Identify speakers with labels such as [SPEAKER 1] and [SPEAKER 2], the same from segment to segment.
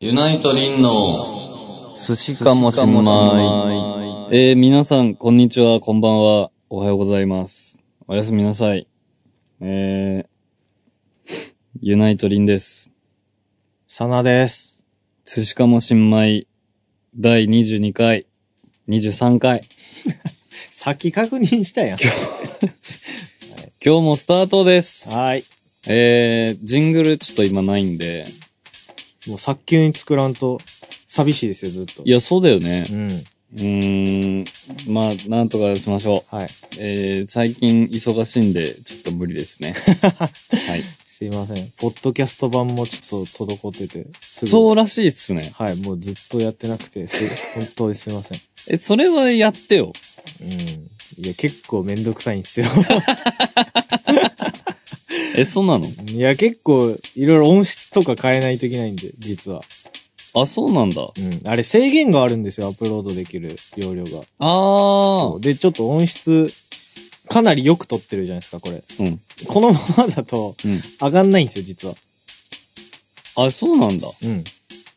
[SPEAKER 1] ユナイトリンの寿司かもしれない。えー、皆さん、こんにちは、こんばんは。おはようございます。おやすみなさい。えー ユナイトリンです。
[SPEAKER 2] サナです。
[SPEAKER 1] 寿司かもしんまい、第22回、23回。
[SPEAKER 2] さっき確認したやん。
[SPEAKER 1] 今日もスタートです。
[SPEAKER 2] はい。
[SPEAKER 1] えー、ジングルちょっと今ないんで。
[SPEAKER 2] もう早急に作らんと寂しいですよ、ずっと。
[SPEAKER 1] いや、そうだよね
[SPEAKER 2] う。ん。
[SPEAKER 1] うーん、まあ、なんとかしましょう。
[SPEAKER 2] はい。
[SPEAKER 1] えー、最近忙しいんで、ちょっと無理です ね。はい。
[SPEAKER 2] すいません。ポッドキャスト版もちょっと滞ってて、すぐ
[SPEAKER 1] そうらしいっすね。
[SPEAKER 2] はい、もうずっとやってなくて、す 本当にすいません。
[SPEAKER 1] え、それはやってよ。
[SPEAKER 2] うん。いや、結構めんどくさいんですよ。
[SPEAKER 1] え、そうなの
[SPEAKER 2] いや、結構、いろいろ音質とか変えないといけないんで、実は。
[SPEAKER 1] あ、そうなんだ。
[SPEAKER 2] うん。あれ、制限があるんですよ、アップロードできる容量が。
[SPEAKER 1] あー。
[SPEAKER 2] で、ちょっと音質、かなりよく撮ってるじゃないですか、これ。
[SPEAKER 1] うん。
[SPEAKER 2] このままだと、
[SPEAKER 1] うん。
[SPEAKER 2] 上がんないんですよ、実は。
[SPEAKER 1] あ、そうなんだ。
[SPEAKER 2] う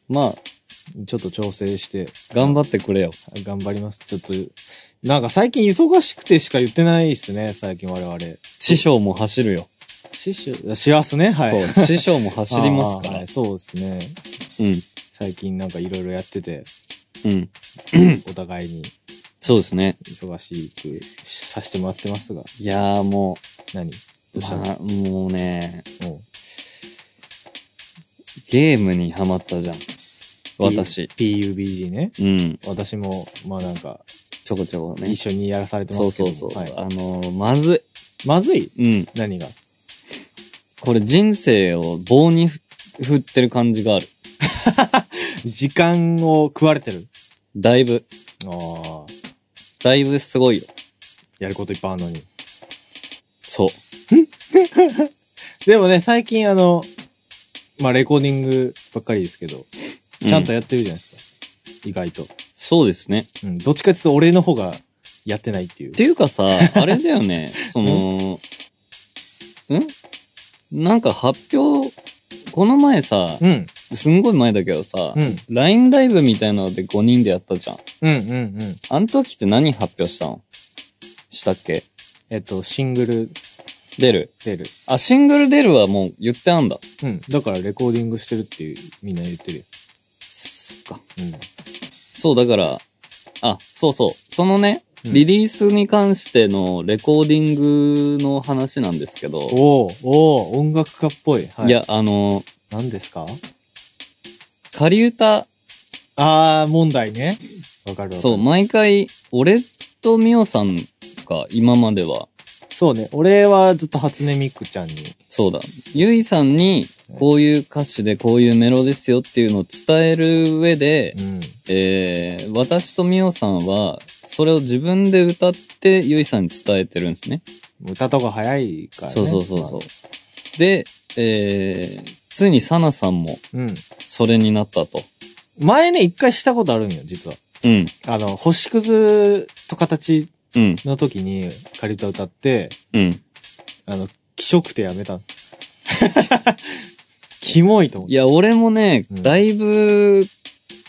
[SPEAKER 1] まあ、
[SPEAKER 2] ん。ちょっと調整して、
[SPEAKER 1] 頑張ってくれよ。
[SPEAKER 2] 頑張ります。ちょっと、なんか最近忙しくてしか言ってないですね、最近我々。
[SPEAKER 1] 師匠も走るよ。
[SPEAKER 2] 師匠、幸せね、はい。
[SPEAKER 1] そう、師匠も走りますか
[SPEAKER 2] あー
[SPEAKER 1] ら
[SPEAKER 2] は。いそうですね。
[SPEAKER 1] うん。
[SPEAKER 2] 最近なんかいろいろやってて、
[SPEAKER 1] うん。
[SPEAKER 2] お互いに
[SPEAKER 1] そうですね。
[SPEAKER 2] 忙しくさせてもらってますが、
[SPEAKER 1] いやーも
[SPEAKER 2] 何ど
[SPEAKER 1] う、
[SPEAKER 2] うしたの、
[SPEAKER 1] まあもうね、
[SPEAKER 2] うん
[SPEAKER 1] ゲームにハマったじゃん。私。
[SPEAKER 2] P- PUBG ね。
[SPEAKER 1] うん。
[SPEAKER 2] 私も、まあなんか、
[SPEAKER 1] ちょこちょこね
[SPEAKER 2] 一。緒にやらされてま
[SPEAKER 1] そう
[SPEAKER 2] すけ
[SPEAKER 1] そ
[SPEAKER 2] ど
[SPEAKER 1] うそう。
[SPEAKER 2] はい
[SPEAKER 1] あのー、まず
[SPEAKER 2] まずい
[SPEAKER 1] い。うん。
[SPEAKER 2] 何が
[SPEAKER 1] これ人生を棒にふ振ってる感じがある。
[SPEAKER 2] 時間を食われてる。
[SPEAKER 1] だいぶ。
[SPEAKER 2] ああ。
[SPEAKER 1] だいぶすごいよ。
[SPEAKER 2] やることいっぱいあるのに。
[SPEAKER 1] そう。
[SPEAKER 2] でもね、最近あの、まあ、レコーディングばっかりですけど、ちゃんと
[SPEAKER 1] う
[SPEAKER 2] やってるじゃないですか。意外と。
[SPEAKER 1] そうですね。っ
[SPEAKER 2] うん。どっちかっていうと俺の方がやってないっていう。
[SPEAKER 1] ていうか さ、あれだよね。その、んなんか発表、この前さ、
[SPEAKER 2] うん。
[SPEAKER 1] すんごい前だけどさ、
[SPEAKER 2] うん。
[SPEAKER 1] LINE ライブみたいなので5人でやったじゃん。
[SPEAKER 2] うんうんうん。
[SPEAKER 1] あの時って何発表したのしたっけ
[SPEAKER 2] えっと、シングル
[SPEAKER 1] 出る
[SPEAKER 2] 出る。
[SPEAKER 1] あ、シングル出るはもう言ってあんだ。
[SPEAKER 2] うん。だからレコーディングしてるっていう、みんな言ってるよ。
[SPEAKER 1] そっか。
[SPEAKER 2] うん。
[SPEAKER 1] そう、だから、あ、そうそう。そのね、
[SPEAKER 2] うん
[SPEAKER 1] リリースに関してのレコーディングの話なんですけど、、
[SPEAKER 2] おおおお音楽家っぽい。はい
[SPEAKER 1] や、あの、
[SPEAKER 2] 何ですか
[SPEAKER 1] 仮歌、
[SPEAKER 2] あー、問題ね。わかるわかる。
[SPEAKER 1] そう、。毎回、俺とミオさんが今までは、
[SPEAKER 2] そうね。俺はずっと初音ミクちゃんに。
[SPEAKER 1] そうだ、ゆいさんに、こういう歌詞でこういうメロですよっていうのを伝える上で、
[SPEAKER 2] うん。
[SPEAKER 1] えー、私とミオさんは、それを自分で歌ってゆいさんに伝えてるんですね。
[SPEAKER 2] 歌とか早いからね。
[SPEAKER 1] そうそうそうそう。で、えー、ついにサナさんも
[SPEAKER 2] まあうん。
[SPEAKER 1] それになったと。
[SPEAKER 2] 前ね、一回したことあるんよ、実は。
[SPEAKER 1] うん、
[SPEAKER 2] あの、星屑と形
[SPEAKER 1] うん、
[SPEAKER 2] の時に仮歌歌って、
[SPEAKER 1] うん。
[SPEAKER 2] あの、気色てやめた。 キモいと思っ
[SPEAKER 1] い
[SPEAKER 2] て。い
[SPEAKER 1] や、俺もね、
[SPEAKER 2] うん
[SPEAKER 1] だいぶ、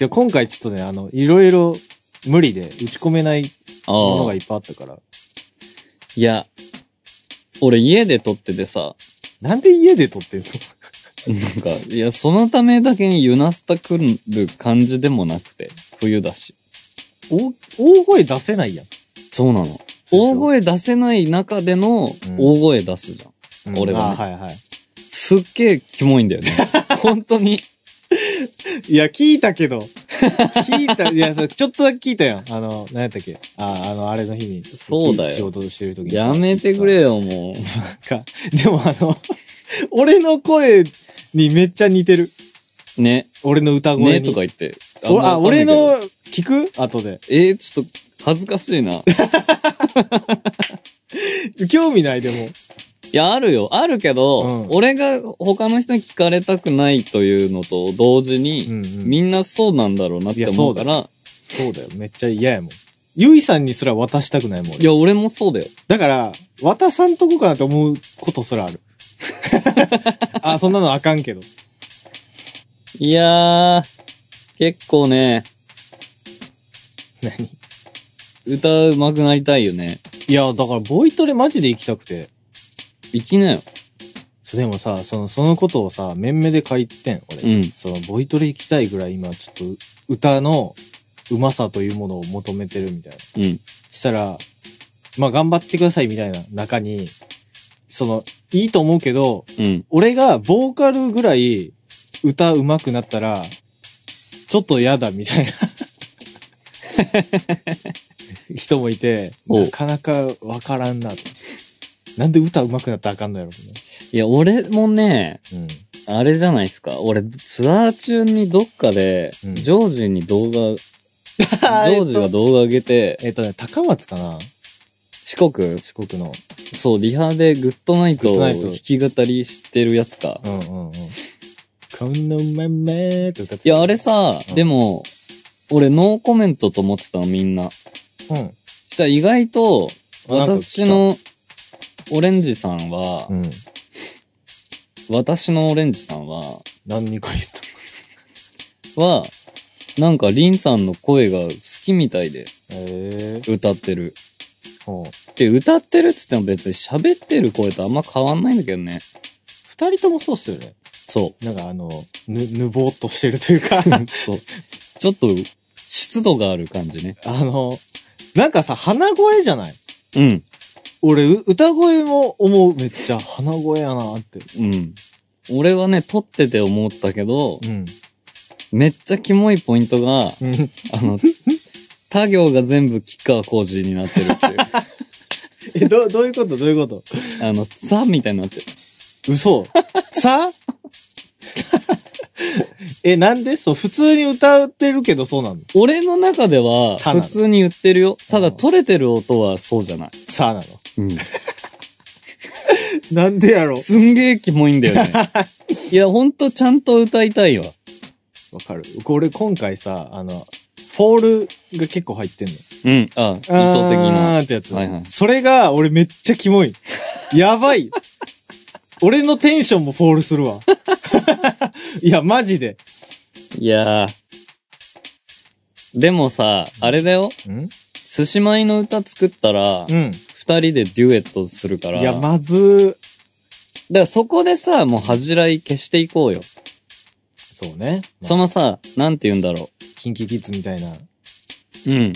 [SPEAKER 2] や、今回ちょっとね、あの、いろいろ無理で打ち込めないもの
[SPEAKER 1] あ
[SPEAKER 2] が
[SPEAKER 1] あ、
[SPEAKER 2] いっぱいあったから。
[SPEAKER 1] いや、俺家で撮っててさ、
[SPEAKER 2] なんで家で撮ってんの
[SPEAKER 1] なんか、いや、そのためだけにユナスタ来る感じでもなくて、冬だし。
[SPEAKER 2] 大、大声出せないやん。
[SPEAKER 1] そうなの。大声出せない中での
[SPEAKER 2] ん
[SPEAKER 1] 大声出すじゃん。
[SPEAKER 2] うん
[SPEAKER 1] 俺はね
[SPEAKER 2] あはいはい。
[SPEAKER 1] すっげえキモいんだ よね。本当に。
[SPEAKER 2] いや、聞いたけど。聞いた、いや、それちょっとだけ聞いたやん。あの、何やったっけあ、あの、あれの日に。
[SPEAKER 1] そうだよ
[SPEAKER 2] 仕事してる時にさ。
[SPEAKER 1] やめてくれよ、もう。
[SPEAKER 2] か。でもあの、 俺の声にめっちゃ似てる。
[SPEAKER 1] ね。
[SPEAKER 2] 俺の歌声
[SPEAKER 1] ね
[SPEAKER 2] に。
[SPEAKER 1] とか言って。
[SPEAKER 2] おあ
[SPEAKER 1] んまわかんな
[SPEAKER 2] 俺
[SPEAKER 1] いけど
[SPEAKER 2] の、聞く後で。
[SPEAKER 1] えー、ちょっと、恥ずかしいな。い
[SPEAKER 2] 興味ないでも。
[SPEAKER 1] や、あるよ。あるけど、
[SPEAKER 2] うん
[SPEAKER 1] 俺が他の人に聞かれたくないというのと同時に、み
[SPEAKER 2] ん
[SPEAKER 1] んなそうなんだろうなって思うから、いや、
[SPEAKER 2] そうだよ。めっちゃ嫌やもん。ゆいさんにすら渡したくないもん。
[SPEAKER 1] 俺もそうだよ。
[SPEAKER 2] だから、渡さんとこかなと思うことすらある。 あ、そんなのあかんけど。
[SPEAKER 1] いやー、結構ね、
[SPEAKER 2] 何
[SPEAKER 1] 歌うまくなりたいよね。
[SPEAKER 2] いや、だからボイトレマジで行きたくて。
[SPEAKER 1] 行きなよ。
[SPEAKER 2] そうでもさ、その、そのことをさ、面々で書いてん、俺。
[SPEAKER 1] うん
[SPEAKER 2] その、ボイトレ行きたいぐらい今、ちょっと、歌の、うまさというものを求めてるみたいな。
[SPEAKER 1] うん。
[SPEAKER 2] したら、まあ、頑張ってくださいみたいな中に、その、いいと思うけど、
[SPEAKER 1] うん。
[SPEAKER 2] 俺がボーカルぐらい歌うまくなったら、ちょっと嫌だ みたいな人もいて、
[SPEAKER 1] おう
[SPEAKER 2] なかなかわからんなと。なんで歌うまくなったらあかんのやろ
[SPEAKER 1] いや、俺もね、
[SPEAKER 2] うね。
[SPEAKER 1] あれじゃないですか。俺、ツアー中にどっかで、
[SPEAKER 2] うん
[SPEAKER 1] ジョージに動画、ジ
[SPEAKER 2] うん。
[SPEAKER 1] ョージが動画上げて、
[SPEAKER 2] えっとね、高松かな
[SPEAKER 1] 四国
[SPEAKER 2] 四国の。
[SPEAKER 1] そう、リハでグッドナイトを
[SPEAKER 2] グッドナ
[SPEAKER 1] 弾
[SPEAKER 2] イト
[SPEAKER 1] き語りしてるやつか。
[SPEAKER 2] うんうんうん。こんなまんまーって歌ってた
[SPEAKER 1] いや、あれ、さ
[SPEAKER 2] う、ん
[SPEAKER 1] でも、俺ノーコメントと思ってたの、みんな。
[SPEAKER 2] うん。
[SPEAKER 1] したら意外と、
[SPEAKER 2] あなんか
[SPEAKER 1] 私
[SPEAKER 2] 来た
[SPEAKER 1] の、オレンジさんは
[SPEAKER 2] う、ん。
[SPEAKER 1] 私のオレンジさんは、
[SPEAKER 2] 何か言った。
[SPEAKER 1] は、なんか、リンさんの声が好きみたいで
[SPEAKER 2] ええ
[SPEAKER 1] 歌ってる。
[SPEAKER 2] ほう
[SPEAKER 1] で、歌ってるっつっても別に喋ってる声とあんま変わんないんだけどね。
[SPEAKER 2] 二人ともそうっすよね。
[SPEAKER 1] そ
[SPEAKER 2] なんかあの、ぬ、ぬぼーっとしてるという か。
[SPEAKER 1] う。そう。ちょっと、湿度がある感じね。
[SPEAKER 2] あの、なんかさ、鼻声じゃない
[SPEAKER 1] うん。
[SPEAKER 2] 俺、う歌声も思う。めっちゃ鼻声やなって。
[SPEAKER 1] うん。俺はね、撮ってて思ったけど、
[SPEAKER 2] うん。
[SPEAKER 1] めっちゃキモいポイントが、
[SPEAKER 2] うん。
[SPEAKER 1] あ の、他行が全部吉川浩司になってるっていう。
[SPEAKER 2] え、ど、どういうことどういうこと
[SPEAKER 1] あの、ザみたいになってる。
[SPEAKER 2] 嘘さ え、なんでそう、普通に歌ってるけどそうなの
[SPEAKER 1] 俺の中では、
[SPEAKER 2] ただ
[SPEAKER 1] 普通に言ってるよ。ただ、
[SPEAKER 2] うん
[SPEAKER 1] 取れてる音はそうじゃない。
[SPEAKER 2] さあなの。
[SPEAKER 1] うん。
[SPEAKER 2] なんでやろ
[SPEAKER 1] すんげえキモいんだよ ね。いや、ほんとちゃんと歌いたいわ。
[SPEAKER 2] わかる。俺、今回さ、あの、フォールが結構入ってんの。意図
[SPEAKER 1] うん。あ、意図的な。
[SPEAKER 2] ーってやつ。
[SPEAKER 1] はいはい
[SPEAKER 2] それが、俺めっちゃキモい。やばい。俺のテンションもフォールするわ。 いや、マジで。
[SPEAKER 1] いやー。でもさ、あれだよ。
[SPEAKER 2] ん
[SPEAKER 1] 寿司米の歌作ったら、
[SPEAKER 2] うん。
[SPEAKER 1] 二人でデュエットするから。
[SPEAKER 2] いや、まず、
[SPEAKER 1] だからそこでさ、もう恥じらい消していこうよ。
[SPEAKER 2] そうね。
[SPEAKER 1] そのさ、なんて言うんだろ
[SPEAKER 2] キンキキッズみたいな。
[SPEAKER 1] う。うん。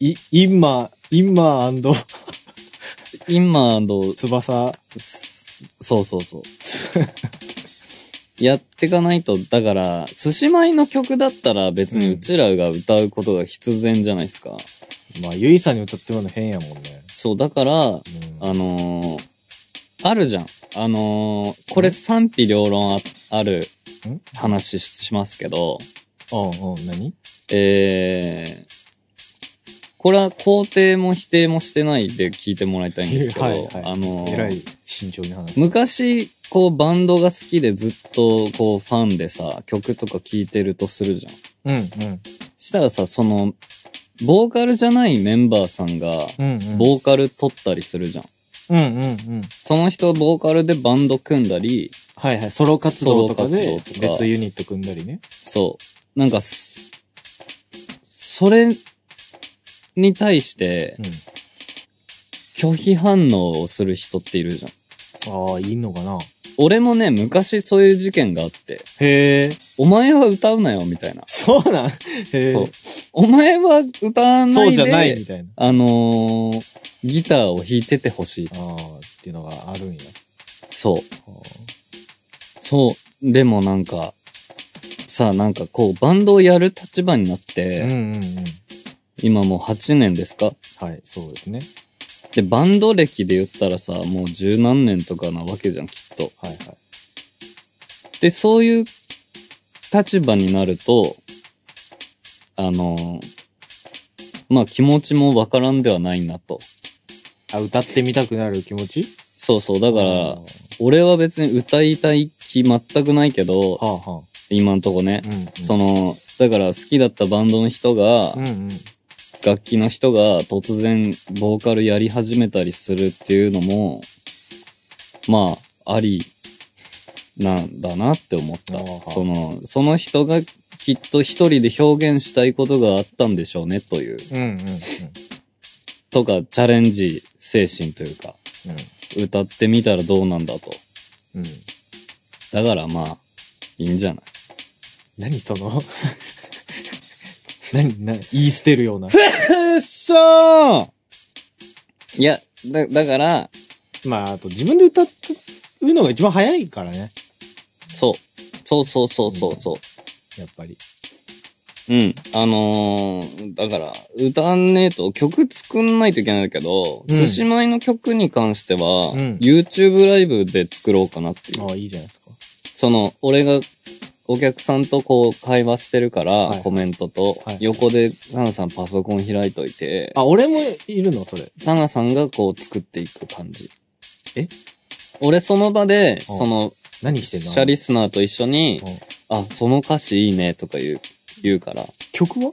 [SPEAKER 2] い、今、今
[SPEAKER 1] 今の、
[SPEAKER 2] 翼。
[SPEAKER 1] すそうそう そう。やってかないと、だから、寿司米の曲だったら別に
[SPEAKER 2] うん
[SPEAKER 1] うちらが歌うことが必然じゃないですか。
[SPEAKER 2] まあ、ゆいさんに歌ってもらうの変やもんね。
[SPEAKER 1] そう、だから、あ
[SPEAKER 2] うん。
[SPEAKER 1] のーあるじゃん。あのーこれ賛否両論あある
[SPEAKER 2] ん
[SPEAKER 1] 話しますけど、
[SPEAKER 2] うんうん、何
[SPEAKER 1] えー、これは肯定も否定もしてないで聞いてもらいたいんですけど、
[SPEAKER 2] はいはい
[SPEAKER 1] あのー
[SPEAKER 2] えらい慎重に話す。
[SPEAKER 1] 昔、こうバンドが好きでずっとこうファンでさ、曲とか聴いてるとするじゃん。
[SPEAKER 2] うん、うん。
[SPEAKER 1] したらさ、その、ボーカルじゃないメンバーさんが、
[SPEAKER 2] うん、うん。
[SPEAKER 1] ボーカル取ったりするじゃん。
[SPEAKER 2] うん、うん、うん。
[SPEAKER 1] その人ボーカルでバンド組んだり、
[SPEAKER 2] はいはい。ソロ活動とか
[SPEAKER 1] ソロ
[SPEAKER 2] で
[SPEAKER 1] 活動とか
[SPEAKER 2] 別ユニット組んだりね。
[SPEAKER 1] そう。なんかす、それに対して
[SPEAKER 2] うん。
[SPEAKER 1] 拒否反応をする人っているじゃん。
[SPEAKER 2] ああ、いいのかな
[SPEAKER 1] 俺もね、昔そういう事件があって、
[SPEAKER 2] へえ。
[SPEAKER 1] お前は歌うなよ、みたいな。
[SPEAKER 2] そうなんへえ。
[SPEAKER 1] そう。お前は歌わな
[SPEAKER 2] そう
[SPEAKER 1] い
[SPEAKER 2] じゃない
[SPEAKER 1] で、
[SPEAKER 2] みたいな。
[SPEAKER 1] あのーギターを弾いててほしい。
[SPEAKER 2] ああ、っていうのがあるんや。
[SPEAKER 1] そう。
[SPEAKER 2] あー
[SPEAKER 1] そう。でもなんか、さあなんかこう、バンドをやる立場になっ
[SPEAKER 2] うん、
[SPEAKER 1] て、
[SPEAKER 2] うん、うん。
[SPEAKER 1] 今もう8年ですか
[SPEAKER 2] はい、そうですね。
[SPEAKER 1] で、バンド歴で言ったらさ、もう十何年とかなわけじゃん、きっと。
[SPEAKER 2] はいはい。
[SPEAKER 1] で、そういう立場になると、あのーまあ気持ちもわからんではないなと。
[SPEAKER 2] あ、歌ってみたくなる気持ち
[SPEAKER 1] そうそう。だから
[SPEAKER 2] あ、
[SPEAKER 1] 俺は別に歌いたい気全くないけど
[SPEAKER 2] ー、はあはあ。
[SPEAKER 1] 今んとこね。
[SPEAKER 2] うん、
[SPEAKER 1] その、だから好きだったバンドの人が、
[SPEAKER 2] うんうん。
[SPEAKER 1] 楽器の人が突然ボーカルやり始めたりするっていうのも、まあ、ありなんだなって思っ
[SPEAKER 2] あ
[SPEAKER 1] た。
[SPEAKER 2] ー
[SPEAKER 1] その、その人がきっと一人で表現したいことがあったんでしょうね、という。
[SPEAKER 2] うんうんうん。
[SPEAKER 1] とか、チャレンジ精神というか、歌ってみたらどうなんだと。
[SPEAKER 2] うん。うん。
[SPEAKER 1] だからまあ、いいんじゃない
[SPEAKER 2] 何その 何、何、言い捨てるような。
[SPEAKER 1] くっそーいや、だ、だから、
[SPEAKER 2] まあ、あと自分で歌うのが一番早いからね。
[SPEAKER 1] そう。そうそうそうそうそ
[SPEAKER 2] やっぱり。
[SPEAKER 1] う。うん。あのー、だから、歌んねえと曲作んないといけないけど、
[SPEAKER 2] うん
[SPEAKER 1] 寿司米の曲に関しては、
[SPEAKER 2] うん
[SPEAKER 1] YouTube ライブで作ろうかなっていう。
[SPEAKER 2] ああ、いいじゃないですか。
[SPEAKER 1] その、俺が、お客さんとこう会話してるから、
[SPEAKER 2] はい
[SPEAKER 1] コメントと、
[SPEAKER 2] はい
[SPEAKER 1] 横で、タナさんパソコン開いといて、
[SPEAKER 2] あ、俺もいるのそれ。
[SPEAKER 1] タナさんがこう作っていく感じ。
[SPEAKER 2] え
[SPEAKER 1] 俺その場で、
[SPEAKER 2] うん
[SPEAKER 1] その、
[SPEAKER 2] 何してんの
[SPEAKER 1] シャリスナーと一緒に、
[SPEAKER 2] うん
[SPEAKER 1] あ、その歌詞いいねとか言う、言うから。い
[SPEAKER 2] 曲は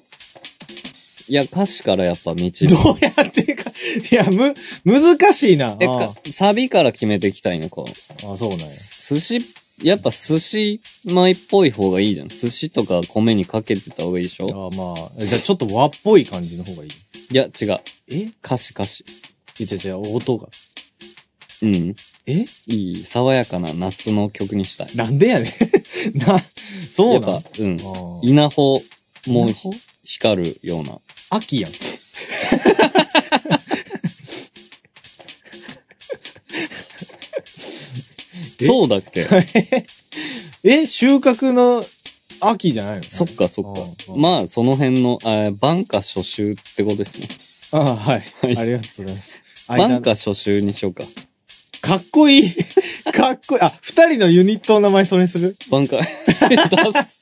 [SPEAKER 1] や、歌詞からやっぱ導
[SPEAKER 2] ど
[SPEAKER 1] く。
[SPEAKER 2] うやってか、 いや、む、難しいな。あ
[SPEAKER 1] えかサビから決めていきたいのか。
[SPEAKER 2] ああ、そうなんや。
[SPEAKER 1] 寿司、やっぱ寿司米っぽい方がいいじゃん。寿司とか米にかけてた方がいいでしょ
[SPEAKER 2] ああ、まあ、じゃあちょっと和っぽい感じの方がいい。
[SPEAKER 1] いや、違う。
[SPEAKER 2] え
[SPEAKER 1] 歌詞歌詞。
[SPEAKER 2] いや、違う違う、音が。
[SPEAKER 1] うん。い
[SPEAKER 2] え
[SPEAKER 1] い、爽やかな夏の曲にしたい。
[SPEAKER 2] なんでやねん。 な、そ
[SPEAKER 1] や
[SPEAKER 2] う
[SPEAKER 1] っ
[SPEAKER 2] なんあ
[SPEAKER 1] ぱ、うん。
[SPEAKER 2] あ
[SPEAKER 1] 稲穂も
[SPEAKER 2] 稲穂
[SPEAKER 1] 光るような。
[SPEAKER 2] 秋やん。え
[SPEAKER 1] そうだっけ
[SPEAKER 2] え収穫の秋じゃないの
[SPEAKER 1] そっかそっ
[SPEAKER 2] あ
[SPEAKER 1] か。
[SPEAKER 2] あ
[SPEAKER 1] まあ、その辺の、あ晩夏初秋ってことですね。
[SPEAKER 2] ああ、はい。あ
[SPEAKER 1] い
[SPEAKER 2] りがとうございます。
[SPEAKER 1] バ
[SPEAKER 2] 間
[SPEAKER 1] ンカ初秋にしようか。
[SPEAKER 2] かっ こいい。かっこいい。あ、二人のユニットの名前それにする
[SPEAKER 1] バン カ達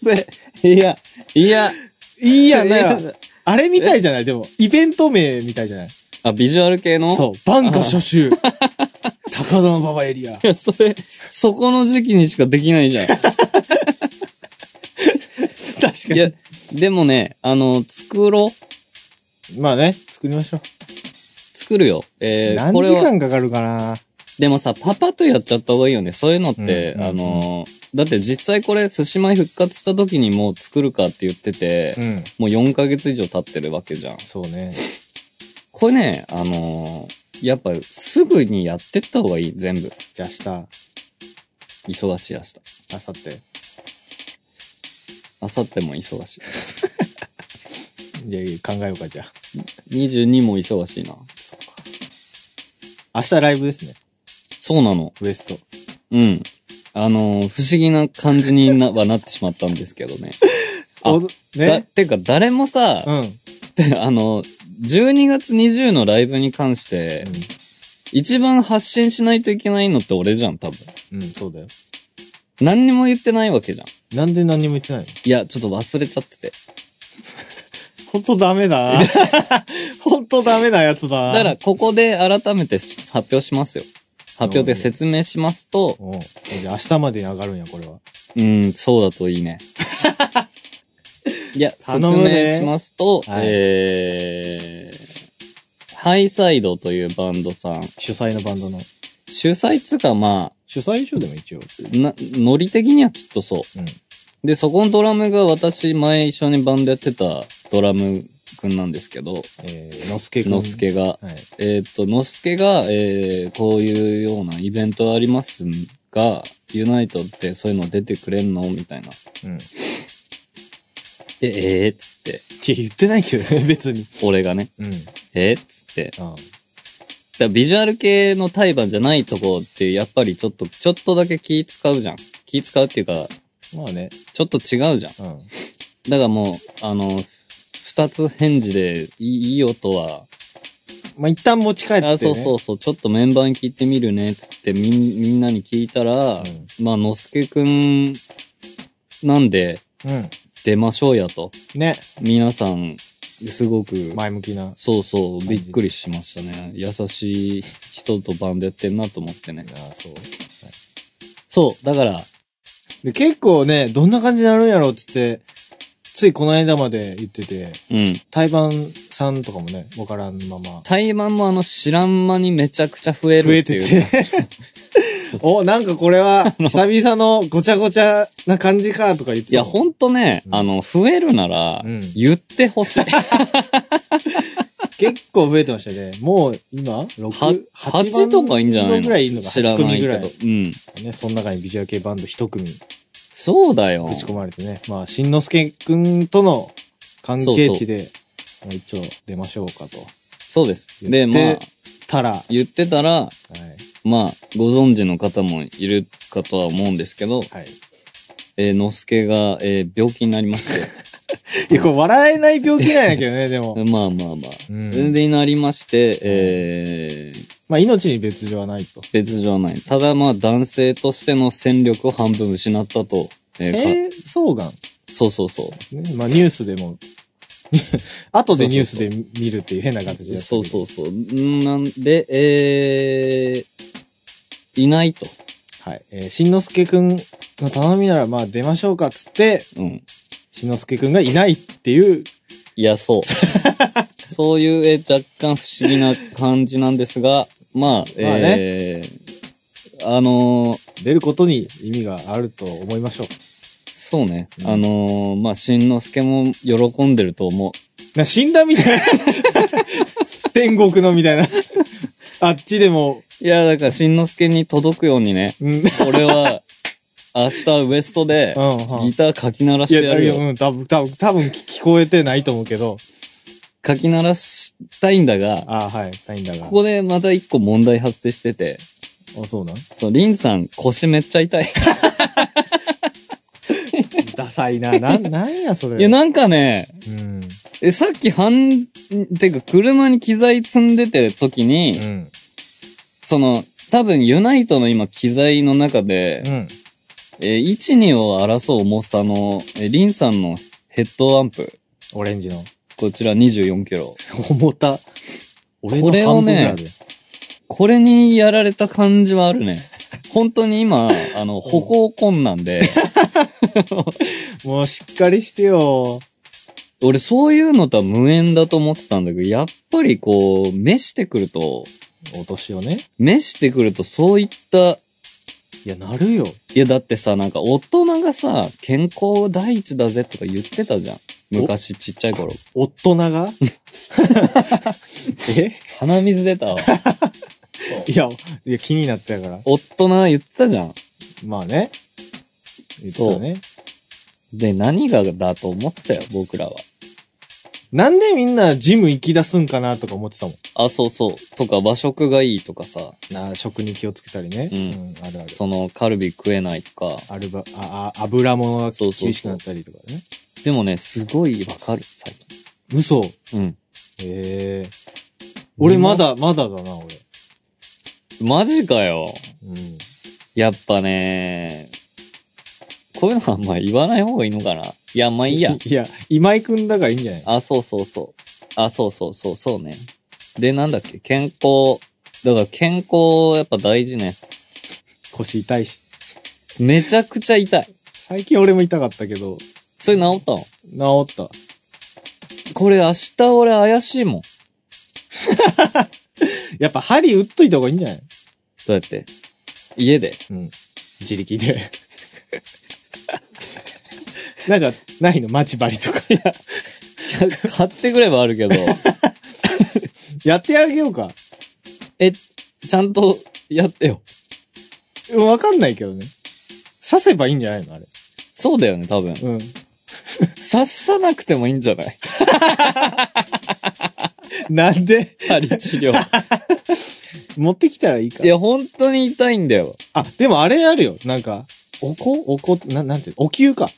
[SPEAKER 1] 成。いや、いや。
[SPEAKER 2] いい
[SPEAKER 1] い
[SPEAKER 2] やな。あれみたいじゃないでも、イベント名みたいじゃない
[SPEAKER 1] あ、ビジュアル系の
[SPEAKER 2] そう。バンカ初秋。高田の馬場エ リア。
[SPEAKER 1] いや、それ、そこの時期にしかできない じゃん。
[SPEAKER 2] 確か
[SPEAKER 1] いや、でもね、あの、作ろう。
[SPEAKER 2] に。まあね、作りましょう。
[SPEAKER 1] 作るよ。えー、
[SPEAKER 2] 何
[SPEAKER 1] これ
[SPEAKER 2] 時
[SPEAKER 1] は。
[SPEAKER 2] 間かかるかな
[SPEAKER 1] でもさ、パパとやっちゃった方がいいよね。そういうのって、
[SPEAKER 2] うんうん
[SPEAKER 1] あの、だって実際これ、寿司米復活した時にもう作るかって言ってて、
[SPEAKER 2] うん。
[SPEAKER 1] もう4ヶ月以上経ってるわけじゃん。
[SPEAKER 2] そうね。
[SPEAKER 1] これね、あのーやっぱすぐにやってった方がいい、全部。
[SPEAKER 2] じゃあ
[SPEAKER 1] 忙しい明日。
[SPEAKER 2] 明日、明後
[SPEAKER 1] 明後日も忙し
[SPEAKER 2] 日。じゃあ考えようか、じゃあ。
[SPEAKER 1] い。22も忙しいな。
[SPEAKER 2] そうか。明日ライブですね。
[SPEAKER 1] そうなの。
[SPEAKER 2] ウエスト。
[SPEAKER 1] うん。あのー不思議な感じになはなってしまったんですけどね。あ
[SPEAKER 2] お
[SPEAKER 1] だ、
[SPEAKER 2] ね。
[SPEAKER 1] てか誰もさ
[SPEAKER 2] う、ん。う ん。
[SPEAKER 1] あの、12月20のライブに関して、一番発信しないといけないのって俺じゃん、多分。
[SPEAKER 2] うん、そうだよ。
[SPEAKER 1] 何にも言ってないわけじゃん。
[SPEAKER 2] なんで何も言ってないの
[SPEAKER 1] いや、ちょっと忘れちゃってて。
[SPEAKER 2] ほんとダメだな。 ほんとダメなやつだな。
[SPEAKER 1] だから、ここで改めて発表しますよ。発表で説明しますと、
[SPEAKER 2] おうじゃあ明日までに上がるんや、これは。
[SPEAKER 1] うん、そうだといいね。 いや、説
[SPEAKER 2] 頼むね
[SPEAKER 1] 明しますと、
[SPEAKER 2] はい
[SPEAKER 1] えー、ハイサイドというバンドさん、
[SPEAKER 2] 主催のバンドの。
[SPEAKER 1] 主催っつうかま
[SPEAKER 2] 主催賞でも一応。
[SPEAKER 1] あ、な、ノリ的にはきっとそう。
[SPEAKER 2] うん。
[SPEAKER 1] で、そこのドラムが私、前一緒にバンドやってたドラムくんなんですけど、
[SPEAKER 2] えー、のすけくん。
[SPEAKER 1] のす。けが、
[SPEAKER 2] はい。
[SPEAKER 1] えーっと、のすけが、えー、こういうようなイベントありますが、ユナイトってそういうの出てくれんのみたいな。
[SPEAKER 2] うん。っ
[SPEAKER 1] で、えー、っつって、
[SPEAKER 2] て言ってないけどね、 別に。
[SPEAKER 1] 俺がね、
[SPEAKER 2] うん。
[SPEAKER 1] えー、っつって。だか
[SPEAKER 2] あ
[SPEAKER 1] らビジュアル系の対バンじゃないとこって、やっぱりちょっと、ちょっとだけ気使うじゃん。気使うっていうか、
[SPEAKER 2] あまあね。
[SPEAKER 1] ちょっと違うじゃん。
[SPEAKER 2] うん。
[SPEAKER 1] だからもう、あの、二つ返事でいいいい音は、
[SPEAKER 2] まあ、一旦持ち帰って、ね。
[SPEAKER 1] あ、そうそうそう、ちょっとメンバーに聞いてみるね、つってみん、みんなに聞いたら、
[SPEAKER 2] うん
[SPEAKER 1] まあ、のすけくん、なんで、
[SPEAKER 2] うん。
[SPEAKER 1] 出ましょうやと。
[SPEAKER 2] ね。
[SPEAKER 1] 皆さん、すごく、
[SPEAKER 2] 前向きな。
[SPEAKER 1] そうそう、びっくりしましたね。優しい人とバンドやってんなと思ってね。
[SPEAKER 2] あそう。
[SPEAKER 1] そう、だから、
[SPEAKER 2] で、結構ね、どんな感じになるんやろうっつって、ついこの間まで言ってて、
[SPEAKER 1] うん。
[SPEAKER 2] 台湾さんとかもね、わからんまま。
[SPEAKER 1] 対マンもあの、知らん間にめちゃくちゃ増える
[SPEAKER 2] 増え
[SPEAKER 1] って
[SPEAKER 2] て
[SPEAKER 1] いう。
[SPEAKER 2] て。お、なんかこれ は、久々のごちゃごちゃな感じか、とか言って
[SPEAKER 1] いや、ほんとね、
[SPEAKER 2] うん
[SPEAKER 1] あの、増えるなら
[SPEAKER 2] うん、
[SPEAKER 1] 言ってほ しい。
[SPEAKER 2] 結構増えてましたね。もう、今、6、
[SPEAKER 1] 8とかいいんじゃない
[SPEAKER 2] ぐらいいるの
[SPEAKER 1] の
[SPEAKER 2] か、
[SPEAKER 1] 知らな
[SPEAKER 2] 8組
[SPEAKER 1] い
[SPEAKER 2] ぐら
[SPEAKER 1] け
[SPEAKER 2] い
[SPEAKER 1] ど。。うん。
[SPEAKER 2] ね、その中にビジュアル系バンド1組
[SPEAKER 1] そうだよ
[SPEAKER 2] ぶ。ち込まれてね。まあ、しんのすけくんとの関係値で、もう一丁出ましょうかと。
[SPEAKER 1] そうです。で、
[SPEAKER 2] 言っ
[SPEAKER 1] ま
[SPEAKER 2] て
[SPEAKER 1] あ、
[SPEAKER 2] たら、は
[SPEAKER 1] 言ってたら、
[SPEAKER 2] い。
[SPEAKER 1] まあ、ご存知の方もいるかとは思うんですけど、
[SPEAKER 2] はい。
[SPEAKER 1] えー、のすけが、えー病気になりま して。
[SPEAKER 2] いや、これ笑えない病気なんやけどね、でも。
[SPEAKER 1] まあまあまあ。
[SPEAKER 2] うん
[SPEAKER 1] 全然なりまして、えー、
[SPEAKER 2] まあ、命に別状はないと。
[SPEAKER 1] 別状はない。ただまあ、男性としての戦力を半分失ったと。えーか
[SPEAKER 2] 精巣がんで
[SPEAKER 1] そうそうそう。
[SPEAKER 2] すね。まあ、ニュースでも、 後でニュースで見るっていう変な形でやって
[SPEAKER 1] そ
[SPEAKER 2] る
[SPEAKER 1] うそうそう。んなんで、えー、いないと。
[SPEAKER 2] はい。えー、しんのすけくんの頼みなら、まあ、出ましょうか、つって、
[SPEAKER 1] うん。
[SPEAKER 2] しんのすけくんがいないっていう、
[SPEAKER 1] いや、 そう。そういう、えー若干不思議な感じなんですが、まあ、
[SPEAKER 2] まあ
[SPEAKER 1] えー、あのー
[SPEAKER 2] 出ることに意味があると思いましょう。
[SPEAKER 1] そうね。
[SPEAKER 2] うん
[SPEAKER 1] あのーまあ、しんのすけも喜んでると思う。
[SPEAKER 2] な、死んだみたいな。天国のみたいな。あっちでも、
[SPEAKER 1] いや、だから、しんのすけに届くようにね、
[SPEAKER 2] うん。うん、
[SPEAKER 1] 俺 は、明日ウエストで、
[SPEAKER 2] はい
[SPEAKER 1] ギターかき鳴ら
[SPEAKER 2] い
[SPEAKER 1] してや
[SPEAKER 2] や、
[SPEAKER 1] る
[SPEAKER 2] いや、
[SPEAKER 1] よ。
[SPEAKER 2] うん、多分、多分、多分聞聞こえてないと思うけど。
[SPEAKER 1] かき鳴らしたいんだが、
[SPEAKER 2] ああ、はい、ないんだが。
[SPEAKER 1] ここでまた一個問題発生してて、
[SPEAKER 2] あ、そうなん
[SPEAKER 1] そう、リンさん腰めっちゃ痛い。
[SPEAKER 2] ダサいな。な、なんや、それ。
[SPEAKER 1] いや、なんかね、
[SPEAKER 2] うん。
[SPEAKER 1] え、さっき半、てか車に機材積んでて時
[SPEAKER 2] う
[SPEAKER 1] に、
[SPEAKER 2] ん。
[SPEAKER 1] その、多分ユナイトの今機材の中で、
[SPEAKER 2] うん。
[SPEAKER 1] えー、1、2を争う重さの、えー、リンさんのヘッドアンプ、
[SPEAKER 2] オレンジの。
[SPEAKER 1] こちら24キロ。
[SPEAKER 2] 重た。俺
[SPEAKER 1] これ
[SPEAKER 2] の
[SPEAKER 1] を
[SPEAKER 2] 半分ぐ
[SPEAKER 1] ね
[SPEAKER 2] らいで。
[SPEAKER 1] これにやられた感じはあるね。本当に今、あの、歩行困難で、
[SPEAKER 2] もうしっかりしてよ。
[SPEAKER 1] 俺そういうのとは無縁だと思ってたんだけど、やっぱりこう、召してくると、
[SPEAKER 2] お年をね。
[SPEAKER 1] 召してくるとそういった、
[SPEAKER 2] いや、なるよ。
[SPEAKER 1] いやだってさ、なんか大人がさ、健康第一だぜとか言ってたじゃん。昔ちっちゃい頃。
[SPEAKER 2] 大人 がえ
[SPEAKER 1] 鼻水出たわ。
[SPEAKER 2] いや、いや、気になったやから。
[SPEAKER 1] 大人言ってたじゃん。
[SPEAKER 2] まあね。言ってたね。
[SPEAKER 1] で、何がだと思ってたよ、僕らは。
[SPEAKER 2] なんでみんなジム行き出すんかなとか思ってたもん。
[SPEAKER 1] あ、そうそう。とか、和食がいいとかさ、
[SPEAKER 2] なあ食に気をつけたりね。
[SPEAKER 1] うん
[SPEAKER 2] うん、あるある。
[SPEAKER 1] その、カルビ食えないとか。
[SPEAKER 2] アルバ、あ、あ、油物が
[SPEAKER 1] そうそうそう
[SPEAKER 2] 厳しくなったりとかね。
[SPEAKER 1] でもね、すごいわかる、最
[SPEAKER 2] 嘘。
[SPEAKER 1] 近。うん。
[SPEAKER 2] ええ俺まだ、まだだな、俺。
[SPEAKER 1] マジかよ。
[SPEAKER 2] うん。
[SPEAKER 1] やっぱね、こういうのあんま言わない方がいいのかな。いや、まあいいや。
[SPEAKER 2] いや、今井くんだからいいんじゃない
[SPEAKER 1] あ、そうそうそう。あ、そうそうそう、そうね。で、なんだっけ、健康。だから健康、やっぱ大事ね。
[SPEAKER 2] 腰痛いし。
[SPEAKER 1] めちゃくちゃ痛い。
[SPEAKER 2] 最近俺も痛かったけど、
[SPEAKER 1] それ治ったの
[SPEAKER 2] 治った。
[SPEAKER 1] これ明日俺怪しいもん。ど
[SPEAKER 2] やっぱ針打っといた方がいいんじゃないう
[SPEAKER 1] やって家で。
[SPEAKER 2] うん。自力で。 なんか、ないの待ち針とか。
[SPEAKER 1] 買ってくればあるけど、
[SPEAKER 2] やってあげようか。
[SPEAKER 1] え、ちゃんとやってよ。
[SPEAKER 2] うんわかんないけどね。刺せばいいんじゃないのあれ。
[SPEAKER 1] そうだよね、多分。
[SPEAKER 2] うん。
[SPEAKER 1] 刺さなくてもいいんじゃ ない
[SPEAKER 2] なんで、
[SPEAKER 1] 針治療。
[SPEAKER 2] 持ってきたらいいか
[SPEAKER 1] い。や、本当に痛いんだよ。
[SPEAKER 2] あ、でもあれあるよ。なんか、おこおこ、ななんていうのお灸か。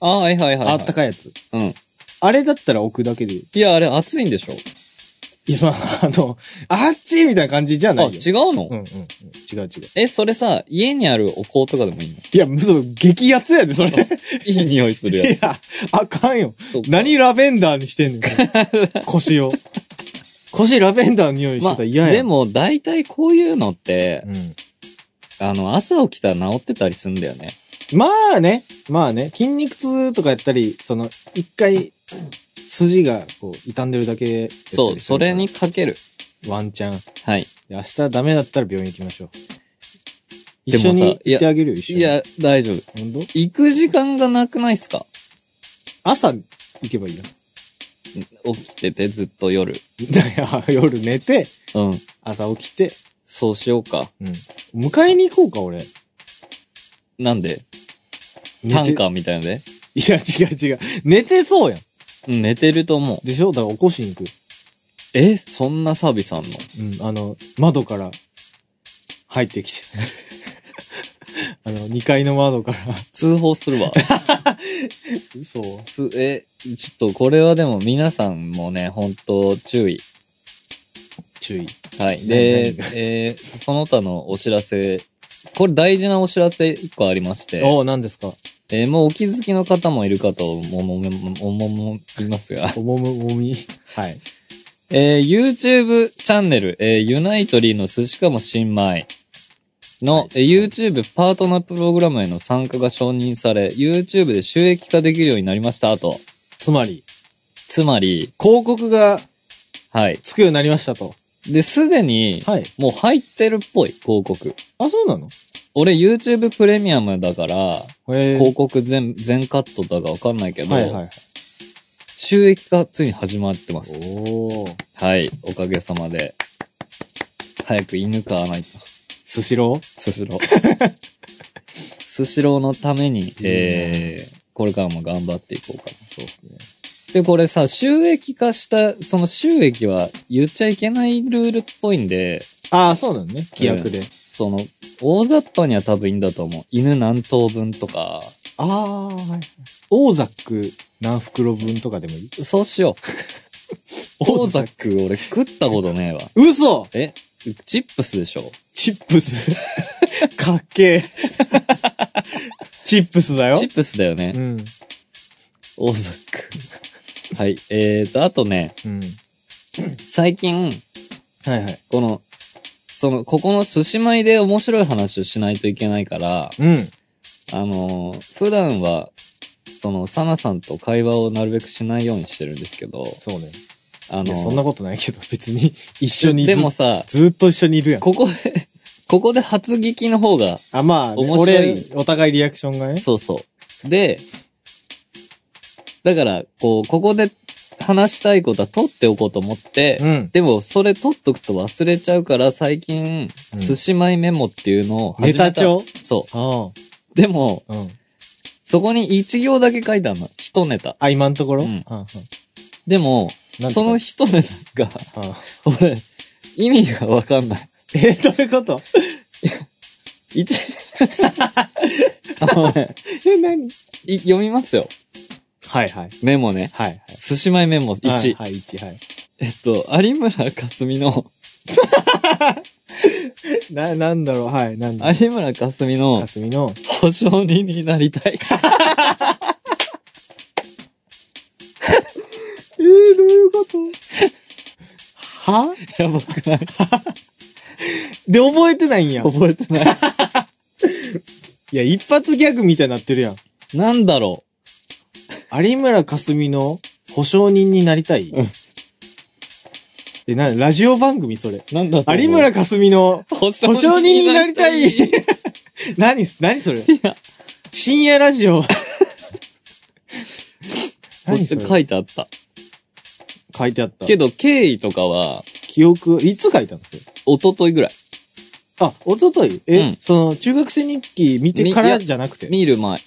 [SPEAKER 1] あ、はいはいはい、はい。
[SPEAKER 2] あったかいやつ。
[SPEAKER 1] うん。
[SPEAKER 2] あれだったら置くだけでいい。
[SPEAKER 1] いや、あれ熱いんでしょ
[SPEAKER 2] いや、その、あの、あっちみたいな感じじゃ
[SPEAKER 1] あ、
[SPEAKER 2] ないよ。
[SPEAKER 1] 違うの、
[SPEAKER 2] うんうんうん。違う違う。
[SPEAKER 1] え、それさ、家にあるお香とかでもいい の
[SPEAKER 2] いや、そう、激アツやで、それ。い
[SPEAKER 1] いい匂いするや
[SPEAKER 2] や、あかんよ。
[SPEAKER 1] つ。そうか
[SPEAKER 2] 何ラベンダーにしてんの 腰を。腰ラベンダーの匂いして
[SPEAKER 1] ま
[SPEAKER 2] た
[SPEAKER 1] あ、
[SPEAKER 2] ら嫌やん。
[SPEAKER 1] でも、大体こういうのって
[SPEAKER 2] う、ん。
[SPEAKER 1] あの、朝起きたら治ってたりするんだよね。
[SPEAKER 2] まあね、まあね、筋肉痛とかやったり、その、一回、筋がこう、傷んでるだけやったりするから。
[SPEAKER 1] そう、それにかける。
[SPEAKER 2] ワンチャン。
[SPEAKER 1] はい。
[SPEAKER 2] 明日ダメだったら病院行きましょう。一緒に行ってあげるよ、一
[SPEAKER 1] い
[SPEAKER 2] 緒に。
[SPEAKER 1] や、大丈夫。
[SPEAKER 2] 本当、
[SPEAKER 1] 行く時間がなくないっすか
[SPEAKER 2] 朝行けばいいや。
[SPEAKER 1] 起きててずっと夜。
[SPEAKER 2] だから 夜寝て、
[SPEAKER 1] うん。
[SPEAKER 2] 朝起きて、
[SPEAKER 1] そうしようか。
[SPEAKER 2] うん。迎えに行こうか、俺。
[SPEAKER 1] なんで
[SPEAKER 2] 寝
[SPEAKER 1] 短
[SPEAKER 2] て
[SPEAKER 1] 歌みたいので
[SPEAKER 2] いや、違う違う。寝てそうやん。
[SPEAKER 1] うん、寝てると思う。
[SPEAKER 2] でしょだから起こしに行く。
[SPEAKER 1] え、そんなサービスあんの
[SPEAKER 2] うん、あの、窓から入って きて。あの、2階の窓から。
[SPEAKER 1] 通報するわ。
[SPEAKER 2] 嘘。
[SPEAKER 1] つえ、ちょっとこれはでも皆さんもね、本当注意。
[SPEAKER 2] 注意。
[SPEAKER 1] はい。で
[SPEAKER 2] 何、
[SPEAKER 1] えーその他のお知らせ、これ大事なお知らせ一個ありまして、
[SPEAKER 2] おう、何ですか
[SPEAKER 1] えーもうお気づきの方もいるかと思う、思思いますが、
[SPEAKER 2] おもむもみ。はい。
[SPEAKER 1] えー YouTube チャンネル、えーユナイトリーの寿司かも新米の、
[SPEAKER 2] はい
[SPEAKER 1] えー YouTube パートナープログラムへの参加が承認され、YouTube で収益化できるようになりましたと。
[SPEAKER 2] つまり、
[SPEAKER 1] つまり、
[SPEAKER 2] 広告が
[SPEAKER 1] はい。
[SPEAKER 2] つくようになりましたと。
[SPEAKER 1] で、すでに、
[SPEAKER 2] はい。
[SPEAKER 1] もう入ってるっぽい、広告。
[SPEAKER 2] あ、そうなの
[SPEAKER 1] 俺 YouTube プレミアムだから、
[SPEAKER 2] へえ
[SPEAKER 1] 広告全、全カットだかわかんないけど、
[SPEAKER 2] はいはい。
[SPEAKER 1] 収益化ついに始まってます。
[SPEAKER 2] おー。
[SPEAKER 1] はい、おかげさまで。早く犬飼わないと。
[SPEAKER 2] スシロー
[SPEAKER 1] スシロー。 スシローのために、えー、これからも頑張っていこうかな。
[SPEAKER 2] そうですね。
[SPEAKER 1] で、これさ、収益化した、その収益は言っちゃいけないルールっぽいんで、
[SPEAKER 2] ああ、そうなのね。規約で。
[SPEAKER 1] その、大雑把には多分いいんだと思う。犬何頭分とか、
[SPEAKER 2] ああ、はい。オーザック何袋分とかでもいい
[SPEAKER 1] そうしよう。オーザ
[SPEAKER 2] ク。
[SPEAKER 1] ック俺食ったことねえわ。
[SPEAKER 2] 嘘
[SPEAKER 1] えチップスでしょ
[SPEAKER 2] チップ ス。かっけえ。チップスだよ
[SPEAKER 1] チ。ップスだよね
[SPEAKER 2] う。ん。
[SPEAKER 1] 大ザック。はい。えーと、あとね、
[SPEAKER 2] うん。
[SPEAKER 1] 最近、
[SPEAKER 2] はいはい。
[SPEAKER 1] この、その、ここの寿司米で面白い話をしないといけないから、
[SPEAKER 2] うん。
[SPEAKER 1] あのー普段は、その、サナさんと会話をなるべくしないようにしてるんですけど、
[SPEAKER 2] そうね。
[SPEAKER 1] あの
[SPEAKER 2] い
[SPEAKER 1] ー
[SPEAKER 2] や、そんなことないけど、別に一緒にず
[SPEAKER 1] でもさ、
[SPEAKER 2] ずーっと一緒にいるやん。
[SPEAKER 1] ここで、ここで初聞きの方が、
[SPEAKER 2] あ、まあね、
[SPEAKER 1] 面白い
[SPEAKER 2] 俺、お互いリアクションがね。
[SPEAKER 1] そうそう。で、だから、こう、ここで話したいことは取っておこうと思って、
[SPEAKER 2] うん。
[SPEAKER 1] でも、それ取っとくと忘れちゃうから、最近、
[SPEAKER 2] うん
[SPEAKER 1] 寿司米メモっていうのを
[SPEAKER 2] ネ
[SPEAKER 1] 始めた
[SPEAKER 2] タ帳
[SPEAKER 1] そ
[SPEAKER 2] あ
[SPEAKER 1] う。でも、
[SPEAKER 2] あ。うん。
[SPEAKER 1] そこに一行だけ書いてあるの。一ネタ。
[SPEAKER 2] あ、今のところ
[SPEAKER 1] うん
[SPEAKER 2] うんうん
[SPEAKER 1] でも、
[SPEAKER 2] なんて
[SPEAKER 1] その一ネタが、
[SPEAKER 2] うん
[SPEAKER 1] 俺、意味がわかんない。
[SPEAKER 2] え、どういうこと
[SPEAKER 1] 一、 あのね
[SPEAKER 2] え、何
[SPEAKER 1] い読みますよ。
[SPEAKER 2] はいはい。
[SPEAKER 1] メモね。
[SPEAKER 2] はい
[SPEAKER 1] 寿司米メモ
[SPEAKER 2] はい。
[SPEAKER 1] 1。
[SPEAKER 2] はい、一はい。
[SPEAKER 1] えっと、有村架純の、
[SPEAKER 2] な、なんだろう、はい、なんだろ
[SPEAKER 1] 有村架純
[SPEAKER 2] う。
[SPEAKER 1] の
[SPEAKER 2] か、すみの。
[SPEAKER 1] 保証人になりたい。
[SPEAKER 2] えー、どういうこと は
[SPEAKER 1] やばくない
[SPEAKER 2] で、覚えてないんや。
[SPEAKER 1] 覚えてない。
[SPEAKER 2] いや、一発ギャグみたいになってるやん。
[SPEAKER 1] なんだろ
[SPEAKER 2] 有村架純の保証人になりたい、
[SPEAKER 1] うん
[SPEAKER 2] え、な、ラジオ番組それ。
[SPEAKER 1] うなんだと思う
[SPEAKER 2] 有村架純の
[SPEAKER 1] 保証
[SPEAKER 2] 保証人になりたい。何、何それ
[SPEAKER 1] や
[SPEAKER 2] 深夜 ラジオ。
[SPEAKER 1] そ
[SPEAKER 2] 何
[SPEAKER 1] し
[SPEAKER 2] そ
[SPEAKER 1] て
[SPEAKER 2] れ
[SPEAKER 1] 書いてあった。
[SPEAKER 2] 書いてあった。
[SPEAKER 1] けど、経緯とかは、
[SPEAKER 2] 記憶、いつ書いたのそれ
[SPEAKER 1] 一昨日ぐらい。
[SPEAKER 2] あ、おとといえ、
[SPEAKER 1] うん
[SPEAKER 2] その、中学生日記見てか
[SPEAKER 1] みいや
[SPEAKER 2] らじゃなくて。
[SPEAKER 1] 見る前。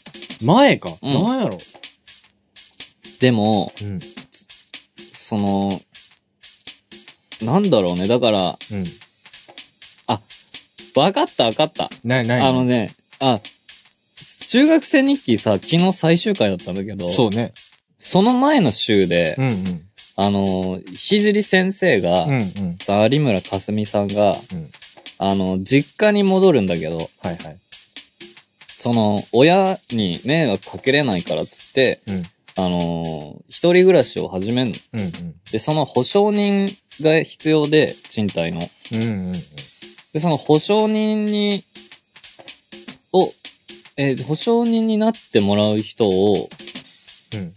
[SPEAKER 2] 前か。
[SPEAKER 1] うん
[SPEAKER 2] なんやろ。
[SPEAKER 1] でも、
[SPEAKER 2] うん。うん。
[SPEAKER 1] その、なんだろうね。だから、わかったわかった。
[SPEAKER 2] な、な
[SPEAKER 1] あのね、あ、中学生日記さ、昨日最終回だったんだけど、
[SPEAKER 2] そうね。
[SPEAKER 1] その前の週で、
[SPEAKER 2] うんうん。
[SPEAKER 1] あの、ひじり先生が、
[SPEAKER 2] うんうん。
[SPEAKER 1] さ有村架純さんが、
[SPEAKER 2] うん
[SPEAKER 1] あの、実家に戻るんだけど、
[SPEAKER 2] はいはい。
[SPEAKER 1] その、親に迷惑かけれないからっつって、
[SPEAKER 2] うん。
[SPEAKER 1] あのー一人暮らしを始めんの。
[SPEAKER 2] うんうん。
[SPEAKER 1] で、その保証人が必要で、賃貸の。
[SPEAKER 2] うんうん。
[SPEAKER 1] で、その保証人に、を、えー保証人になってもらう人を、
[SPEAKER 2] うん。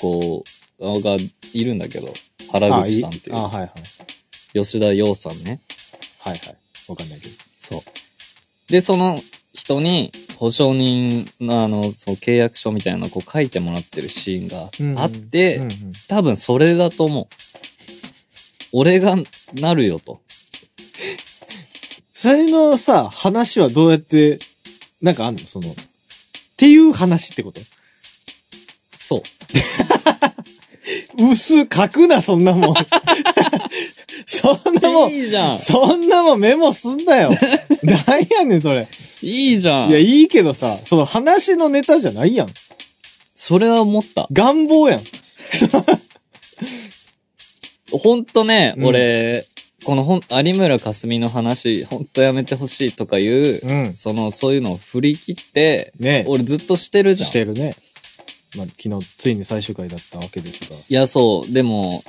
[SPEAKER 1] こう、あがいるんだけど、原
[SPEAKER 2] あ、い
[SPEAKER 1] 口
[SPEAKER 2] い。
[SPEAKER 1] さ
[SPEAKER 2] あ、
[SPEAKER 1] んっていう、
[SPEAKER 2] はいはい。
[SPEAKER 1] 吉田洋さんね。
[SPEAKER 2] はいはい。わかんないけど。
[SPEAKER 1] そう。で、その、人に保証人のあの、そう契約書みたいなのをこう書いてもらってるシーンがあって、
[SPEAKER 2] うんうん
[SPEAKER 1] 多分それだと思う。俺がなるよと。
[SPEAKER 2] それのさ、話はどうやって、なんかあんのその、っていう話ってこと
[SPEAKER 1] そう。
[SPEAKER 2] 薄書くな、そんな もん。そんなもん、
[SPEAKER 1] いいじゃん
[SPEAKER 2] そんなもんメモすんなよ。なんやねん、それ。
[SPEAKER 1] いいじゃ
[SPEAKER 2] いや、
[SPEAKER 1] ん
[SPEAKER 2] いいけどさ、その話のネタじゃないやん。
[SPEAKER 1] それは思った。
[SPEAKER 2] 願望やん。
[SPEAKER 1] ほんとね、
[SPEAKER 2] うん
[SPEAKER 1] 俺、このほん、有村架純の話、ほんとやめてほしいとかいう、
[SPEAKER 2] うん。
[SPEAKER 1] その、そういうのを振り切って、
[SPEAKER 2] ね
[SPEAKER 1] 俺ずっとしてるじゃん
[SPEAKER 2] し。てるね。まあ、昨日、ついに最終回だったわけですが。
[SPEAKER 1] いや、そう。でも、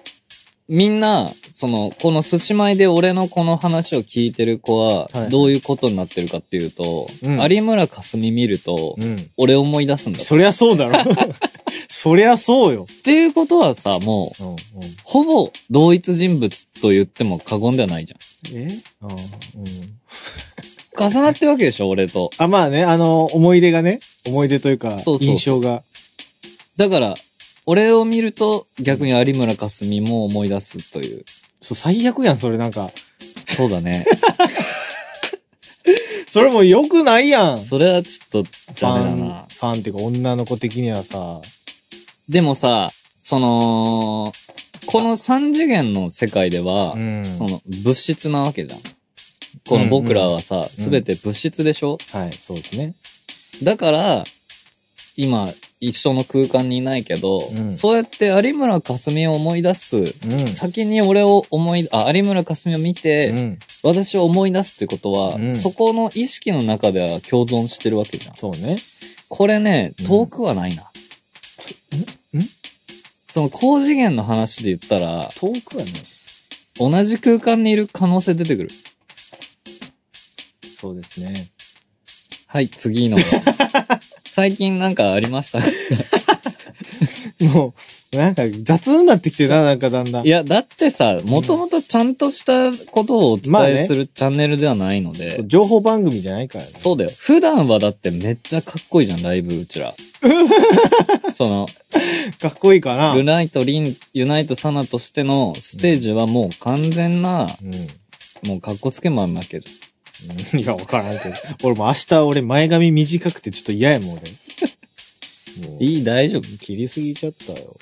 [SPEAKER 1] みんな、その、この寿司米で俺のこの話を聞いてる子は
[SPEAKER 2] は、い
[SPEAKER 1] どういうことになってるかっていうと、
[SPEAKER 2] うん
[SPEAKER 1] 有村架純見ると、
[SPEAKER 2] うん。
[SPEAKER 1] 俺思い出すんだ。っ
[SPEAKER 2] そりゃそうだ ろ。そりゃそうよ。
[SPEAKER 1] ていうことはさ、もう、
[SPEAKER 2] うんうん。
[SPEAKER 1] ほぼ同一人物と言っても過言ではないじゃん。
[SPEAKER 2] えああ、うん。
[SPEAKER 1] 重なってるわけでしょ、俺と。
[SPEAKER 2] あ、まあね、あの、思い出がね、思い出というか
[SPEAKER 1] そうそう、そう
[SPEAKER 2] 印象が。
[SPEAKER 1] だから、俺を見ると、逆に有村架純も思い出すという。
[SPEAKER 2] そう、最悪やん、それなんか。
[SPEAKER 1] そうだね。
[SPEAKER 2] それもう良くないやん。フ
[SPEAKER 1] それはちょっと、ダメだ
[SPEAKER 2] ァン、
[SPEAKER 1] な
[SPEAKER 2] フ。ァンっていうか女の子的にはさ、
[SPEAKER 1] でもさ、その、この三次元の世界では、
[SPEAKER 2] うん。
[SPEAKER 1] その物質なわけじゃん。この僕らはさ、すべ、て物質でしょ
[SPEAKER 2] はい、そうですね。
[SPEAKER 1] だから、今、一緒の空間にいないけど、
[SPEAKER 2] うん
[SPEAKER 1] そうやって有村架純を思い出す、
[SPEAKER 2] うん。
[SPEAKER 1] 先に俺を思い、あ、有村架純を見て、
[SPEAKER 2] うん。
[SPEAKER 1] 私を思い出すってことは、
[SPEAKER 2] うん
[SPEAKER 1] そこの意識の中では共存してるわけじゃん。
[SPEAKER 2] そうね。
[SPEAKER 1] これね
[SPEAKER 2] う、ん
[SPEAKER 1] 遠くはないな。
[SPEAKER 2] んん
[SPEAKER 1] その高次元の話で言ったら、
[SPEAKER 2] 遠くはね、
[SPEAKER 1] 同じ空間にいる可能性出てくる。
[SPEAKER 2] そうですね。
[SPEAKER 1] はい、次 の。最近なんかありました
[SPEAKER 2] もう、なんか雑になってきてるな、なんかだんだん。
[SPEAKER 1] いや、だってさ、もともとちゃんとしたことをお伝
[SPEAKER 2] まあ
[SPEAKER 1] え
[SPEAKER 2] ね
[SPEAKER 1] するチャンネルではないので、
[SPEAKER 2] そう情報番組じゃないからね。
[SPEAKER 1] そうだよ。普段はだってめっちゃかっこいいじゃん、ライブうち ら。その、
[SPEAKER 2] かっこいいかな。う
[SPEAKER 1] ル
[SPEAKER 2] ん。
[SPEAKER 1] ナイト、リン、ユナイト、サナとしてのステージはもう完全な、もうかっこつけまんなけど。
[SPEAKER 2] うんいや、わからんけど。俺もう明日俺前髪短くてちょっと嫌やもん、 俺。もう
[SPEAKER 1] いい、大丈夫。
[SPEAKER 2] 切りすぎちゃったよ。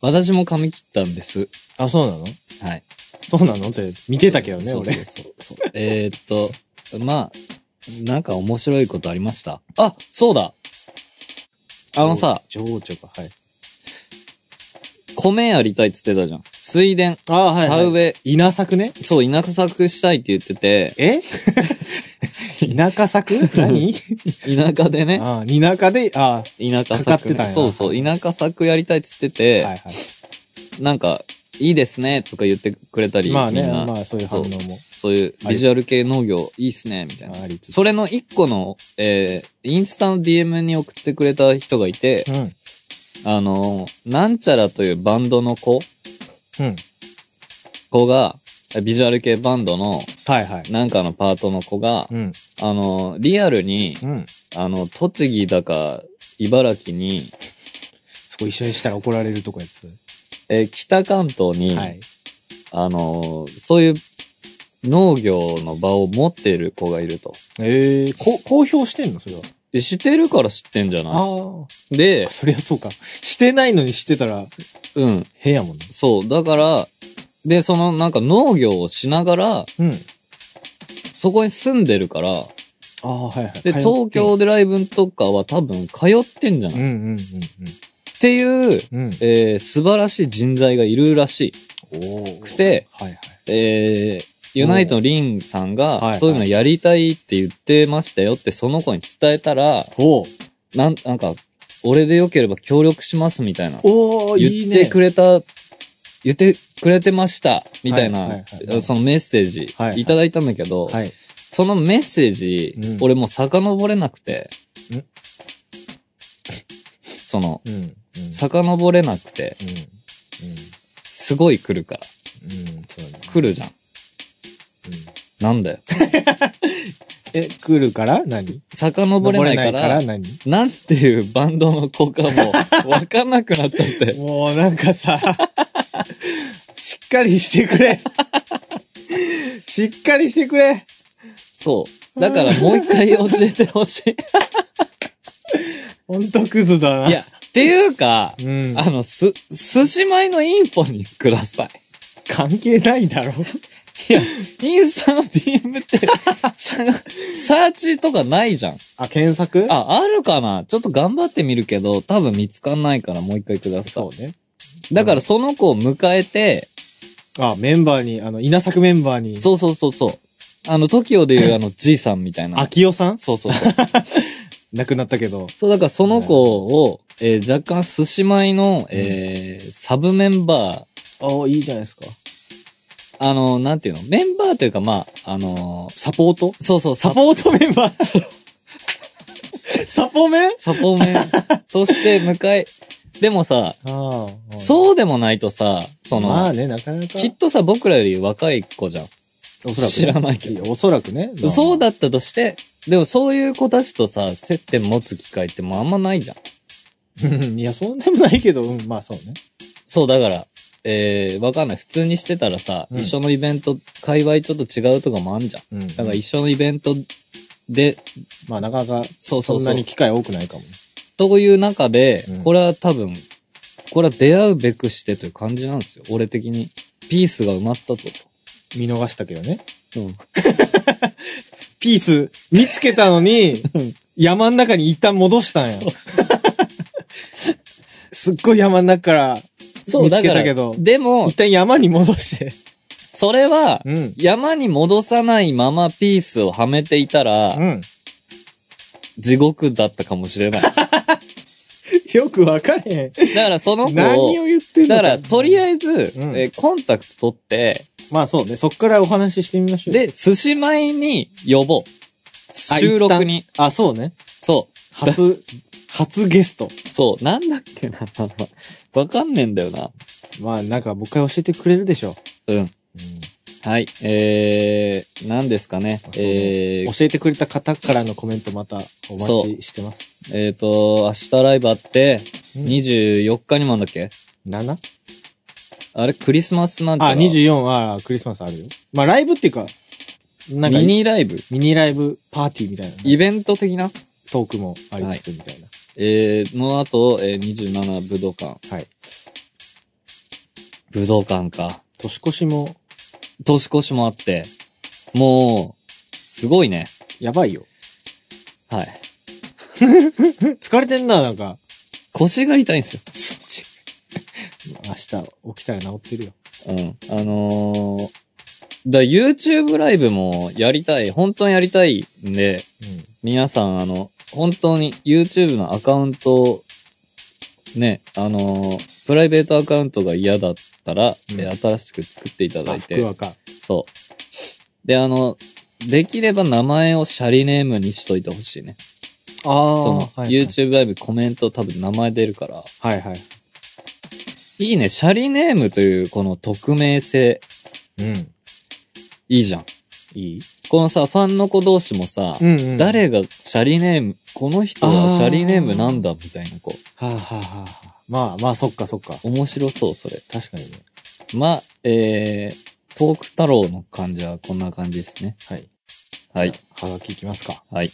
[SPEAKER 1] 私も髪切ったんです。
[SPEAKER 2] あ、そうなの
[SPEAKER 1] はい。
[SPEAKER 2] そうなのって見てたけどね、
[SPEAKER 1] そう
[SPEAKER 2] 俺。
[SPEAKER 1] そうそうそうえーっと、まあ、なんか面白いことありました。あ、そうだあのさ、
[SPEAKER 2] 情緒が、はい。
[SPEAKER 1] 米やりたいっつってたじゃん。水田、
[SPEAKER 2] ああ、は
[SPEAKER 1] 田植え、
[SPEAKER 2] 稲作ね
[SPEAKER 1] そう、田舎作したいって言って て、
[SPEAKER 2] え田舎作 何
[SPEAKER 1] 田舎でね、
[SPEAKER 2] ああ、田舎で、あ
[SPEAKER 1] 田舎
[SPEAKER 2] かかっ
[SPEAKER 1] 作、
[SPEAKER 2] てたんや
[SPEAKER 1] そうそう、田舎作やりたいっつって
[SPEAKER 2] あ、は
[SPEAKER 1] て、
[SPEAKER 2] いは
[SPEAKER 1] なんか、いいですね、とか言ってくれた
[SPEAKER 2] い。
[SPEAKER 1] り、
[SPEAKER 2] まあ
[SPEAKER 1] み
[SPEAKER 2] ね、
[SPEAKER 1] んな、
[SPEAKER 2] まあそういう反応
[SPEAKER 1] そ
[SPEAKER 2] も
[SPEAKER 1] そういうビジュアル系農業、いいっすね、みたいな。
[SPEAKER 2] ありつつ。
[SPEAKER 1] それの一個の、えー、インスタの DM に送ってくれた人がいて
[SPEAKER 2] う、ん。
[SPEAKER 1] あの、なんちゃらというバンドの子、
[SPEAKER 2] うん。
[SPEAKER 1] 子が、ビジュアル系バンドの、
[SPEAKER 2] はいはい。
[SPEAKER 1] なんかのパートの子が、
[SPEAKER 2] うん。
[SPEAKER 1] あの、リアルに、
[SPEAKER 2] うん。
[SPEAKER 1] あの、栃木だか、茨城に、
[SPEAKER 2] そこ一緒にしたら怒られるとこやつ。
[SPEAKER 1] えー北関東に、
[SPEAKER 2] はい。
[SPEAKER 1] あの、そういう農業の場を持っている子がいると。
[SPEAKER 2] ええこ、公表してんのそれは。
[SPEAKER 1] え知ってるから知ってんじゃな
[SPEAKER 2] あ
[SPEAKER 1] いで
[SPEAKER 2] あ。、そりゃそうか。してないのにしてたら、
[SPEAKER 1] うん、
[SPEAKER 2] 変やもんね。
[SPEAKER 1] そう、だから、で、そのなんか農業をしながら、
[SPEAKER 2] うん。
[SPEAKER 1] そこに住んでるから、
[SPEAKER 2] ああ、はいはい。
[SPEAKER 1] で、
[SPEAKER 2] 通って
[SPEAKER 1] 東。京でライブとかは多分通ってんじゃ
[SPEAKER 2] う
[SPEAKER 1] な
[SPEAKER 2] んう
[SPEAKER 1] いっ
[SPEAKER 2] ん
[SPEAKER 1] ていう、
[SPEAKER 2] うんうん。うん。
[SPEAKER 1] えー素晴らしい人材がいるらし
[SPEAKER 2] お
[SPEAKER 1] く
[SPEAKER 2] く
[SPEAKER 1] て、
[SPEAKER 2] はいはい。
[SPEAKER 1] い。えーユナイトのリンさん
[SPEAKER 2] はいは
[SPEAKER 1] が、
[SPEAKER 2] い
[SPEAKER 1] そういうのやりたいって言ってましたよってその子に伝えたら、
[SPEAKER 2] おう
[SPEAKER 1] なん、なんか、俺でよければ協力しますみたいな。
[SPEAKER 2] おおい
[SPEAKER 1] 言
[SPEAKER 2] い
[SPEAKER 1] って
[SPEAKER 2] ね。
[SPEAKER 1] くれた、言ってくれてました、みたい
[SPEAKER 2] はいは
[SPEAKER 1] ない
[SPEAKER 2] は、い
[SPEAKER 1] そのメッセージ
[SPEAKER 2] はいは、い
[SPEAKER 1] いただいたんだけど、
[SPEAKER 2] はい。
[SPEAKER 1] そのメッセージ、
[SPEAKER 2] うん
[SPEAKER 1] 俺もう遡れなくて
[SPEAKER 2] ん、
[SPEAKER 1] その、
[SPEAKER 2] うん。うん。
[SPEAKER 1] 遡れなくて、
[SPEAKER 2] うん。うん。
[SPEAKER 1] すごい来るから。
[SPEAKER 2] うん。そうだね。
[SPEAKER 1] 来るじゃん。
[SPEAKER 2] うん。
[SPEAKER 1] なんだよ。
[SPEAKER 2] え、来るから何
[SPEAKER 1] 遡れないから、
[SPEAKER 2] 登
[SPEAKER 1] な
[SPEAKER 2] れない
[SPEAKER 1] んていうバンドの子かも、わかんなくなっちゃっ
[SPEAKER 2] 何
[SPEAKER 1] て。
[SPEAKER 2] もうなんかさ、しっかりしてく れ。しっかりしてくれ。
[SPEAKER 1] そう。だからもう一回教えてほし い。
[SPEAKER 2] ほんとクズだな。
[SPEAKER 1] いや、っていうか、
[SPEAKER 2] うん。
[SPEAKER 1] あの、す、寿司米のインフォにください。
[SPEAKER 2] 関係ないだろ。
[SPEAKER 1] いや、インスタの DM って、さサーチとかないじゃん。
[SPEAKER 2] あ、検索
[SPEAKER 1] あ、あるかなちょっと頑張ってみるけど、多分見つかんないからもう一回くださ
[SPEAKER 2] そうね。
[SPEAKER 1] い。だからその子を迎えて、
[SPEAKER 2] あ、メンバーに、あの、稲作メンバーに、
[SPEAKER 1] そうそうそうそう。あの、TOKIO でいうあの、じいさんみたいな。
[SPEAKER 2] 秋代さん
[SPEAKER 1] そうそうそう。
[SPEAKER 2] 亡くなったけど。
[SPEAKER 1] そう、だからその子を、えー若干寿司米の、えーサブメンバー、
[SPEAKER 2] あいいじゃないですか。
[SPEAKER 1] あの、なんていうのメンバーというか、まあ、あのー
[SPEAKER 2] サポート
[SPEAKER 1] そうそう、
[SPEAKER 2] サポートメンバーサポメン
[SPEAKER 1] サポ メンとして迎え、でもさ、
[SPEAKER 2] ああ。
[SPEAKER 1] そうでもないとさ、その、
[SPEAKER 2] まあね、なかなか。
[SPEAKER 1] きっとさ、僕らより若い子じゃん。
[SPEAKER 2] おそらくね
[SPEAKER 1] 知らないけど。
[SPEAKER 2] やおそらくね。まあ
[SPEAKER 1] そう。だったとして、でもそういう子たちとさ、接点持つ機会ってもうあんまないじゃん。
[SPEAKER 2] うんいや、そうでもないけど、うん、まあそうね。
[SPEAKER 1] そう、だから、えー、わかんない。普通にしてたらさ、
[SPEAKER 2] うん
[SPEAKER 1] 一緒のイベント、界隈ちょっと違うとかもあんじゃん。
[SPEAKER 2] うん。
[SPEAKER 1] だから一緒のイベントで、
[SPEAKER 2] まあなかなか、
[SPEAKER 1] そうそ
[SPEAKER 2] そ
[SPEAKER 1] うんそ
[SPEAKER 2] な
[SPEAKER 1] う。
[SPEAKER 2] に機会多くないかも。
[SPEAKER 1] という中で、
[SPEAKER 2] うん
[SPEAKER 1] これは多分、これは出会うべくしてという感じなんですよ。俺的に。ピースが埋まったぞ
[SPEAKER 2] 見逃したけどね。
[SPEAKER 1] と。うん。
[SPEAKER 2] ピース見つけたのに
[SPEAKER 1] うん、
[SPEAKER 2] 山の中に一旦戻したんや。 すっごい山の中から、
[SPEAKER 1] そう、
[SPEAKER 2] 見
[SPEAKER 1] だ
[SPEAKER 2] つけ
[SPEAKER 1] から、
[SPEAKER 2] たけど
[SPEAKER 1] でも
[SPEAKER 2] 一、旦山に戻して。
[SPEAKER 1] それは、
[SPEAKER 2] うん。
[SPEAKER 1] 山に戻さないままピースをはめていたら、
[SPEAKER 2] うん。
[SPEAKER 1] 地獄だったかもしれない。だか
[SPEAKER 2] よくわかれ
[SPEAKER 1] らそ
[SPEAKER 2] へ
[SPEAKER 1] の子
[SPEAKER 2] ん。何を
[SPEAKER 1] を、
[SPEAKER 2] 言ってんの
[SPEAKER 1] だからとり
[SPEAKER 2] え
[SPEAKER 1] あえず、
[SPEAKER 2] うん
[SPEAKER 1] えーコンタクト取って、
[SPEAKER 2] まあそうね、そっからお話ししてみましょう。、
[SPEAKER 1] で、寿司前に呼ぼう。
[SPEAKER 2] あ
[SPEAKER 1] 収録に。。
[SPEAKER 2] 一旦あ、そうね。
[SPEAKER 1] そ
[SPEAKER 2] 初、初ゲスト。
[SPEAKER 1] う、そう、なんだっけな。 わかんねえんだよな。
[SPEAKER 2] まあなんかもう一回教えてくれるでしょ
[SPEAKER 1] うん。はい。えー、何ですかね
[SPEAKER 2] あ。そう
[SPEAKER 1] え
[SPEAKER 2] う。
[SPEAKER 1] ー、
[SPEAKER 2] 教えてくれた方からのコメントまたお
[SPEAKER 1] そ
[SPEAKER 2] 待ちしてます。
[SPEAKER 1] えーと、明日ライブあって、
[SPEAKER 2] うん
[SPEAKER 1] 24日にもあんだっけ
[SPEAKER 2] 7?
[SPEAKER 1] あれ、クリスマスなんちゃ
[SPEAKER 2] あ、
[SPEAKER 1] ら
[SPEAKER 2] 24、あ、クリスマスあるよ。まあライブっていうか、なんか
[SPEAKER 1] ミニライブ
[SPEAKER 2] ミニライブパーティーみたいなね、
[SPEAKER 1] イベント的な
[SPEAKER 2] トークもありつつみたいな。
[SPEAKER 1] えー、の後、えー、27武道館。
[SPEAKER 2] はい。
[SPEAKER 1] 武道館か。
[SPEAKER 2] 年越しも
[SPEAKER 1] 年越しもあって、もう、すごいね。
[SPEAKER 2] やばいよ。
[SPEAKER 1] はい。
[SPEAKER 2] 疲れてんな、なんか。
[SPEAKER 1] 腰が痛いんですよ。
[SPEAKER 2] 明日起きたら治ってるよ。
[SPEAKER 1] うん。あのー、だ YouTube ライブもやりたい、本当にやりたいんで、皆さん、あの、本当に YouTube のアカウントを、ね、あのープライベートアカウントが嫌だったら、
[SPEAKER 2] うん
[SPEAKER 1] えー新しく作っていた
[SPEAKER 2] うん。
[SPEAKER 1] だ
[SPEAKER 2] あ、
[SPEAKER 1] いて。
[SPEAKER 2] 福岡。
[SPEAKER 1] そう。で、あの、できれば名前をシャリネームにしといてほしいね。
[SPEAKER 2] あ
[SPEAKER 1] そ
[SPEAKER 2] あ、
[SPEAKER 1] の、
[SPEAKER 2] はい、
[SPEAKER 1] YouTube ライブコメント多分名前出るから。
[SPEAKER 2] はいはい。
[SPEAKER 1] いいね、シャリネームというこの匿名性、
[SPEAKER 2] うん。
[SPEAKER 1] いいじゃん。
[SPEAKER 2] いい
[SPEAKER 1] このさ、ファンの子同士もさ、
[SPEAKER 2] ん、うん
[SPEAKER 1] 誰がシャリネーム、この人はシャリネームなんだみたいな、こう、
[SPEAKER 2] はあ、はあはあはあ、まあまあ、そっかそっか。
[SPEAKER 1] 面白そう、それ。
[SPEAKER 2] 確かにね。
[SPEAKER 1] まあ、えー、トーク太郎の感じはこんな感じですね。
[SPEAKER 2] はい。
[SPEAKER 1] はい。
[SPEAKER 2] はがきいきますか。
[SPEAKER 1] はい。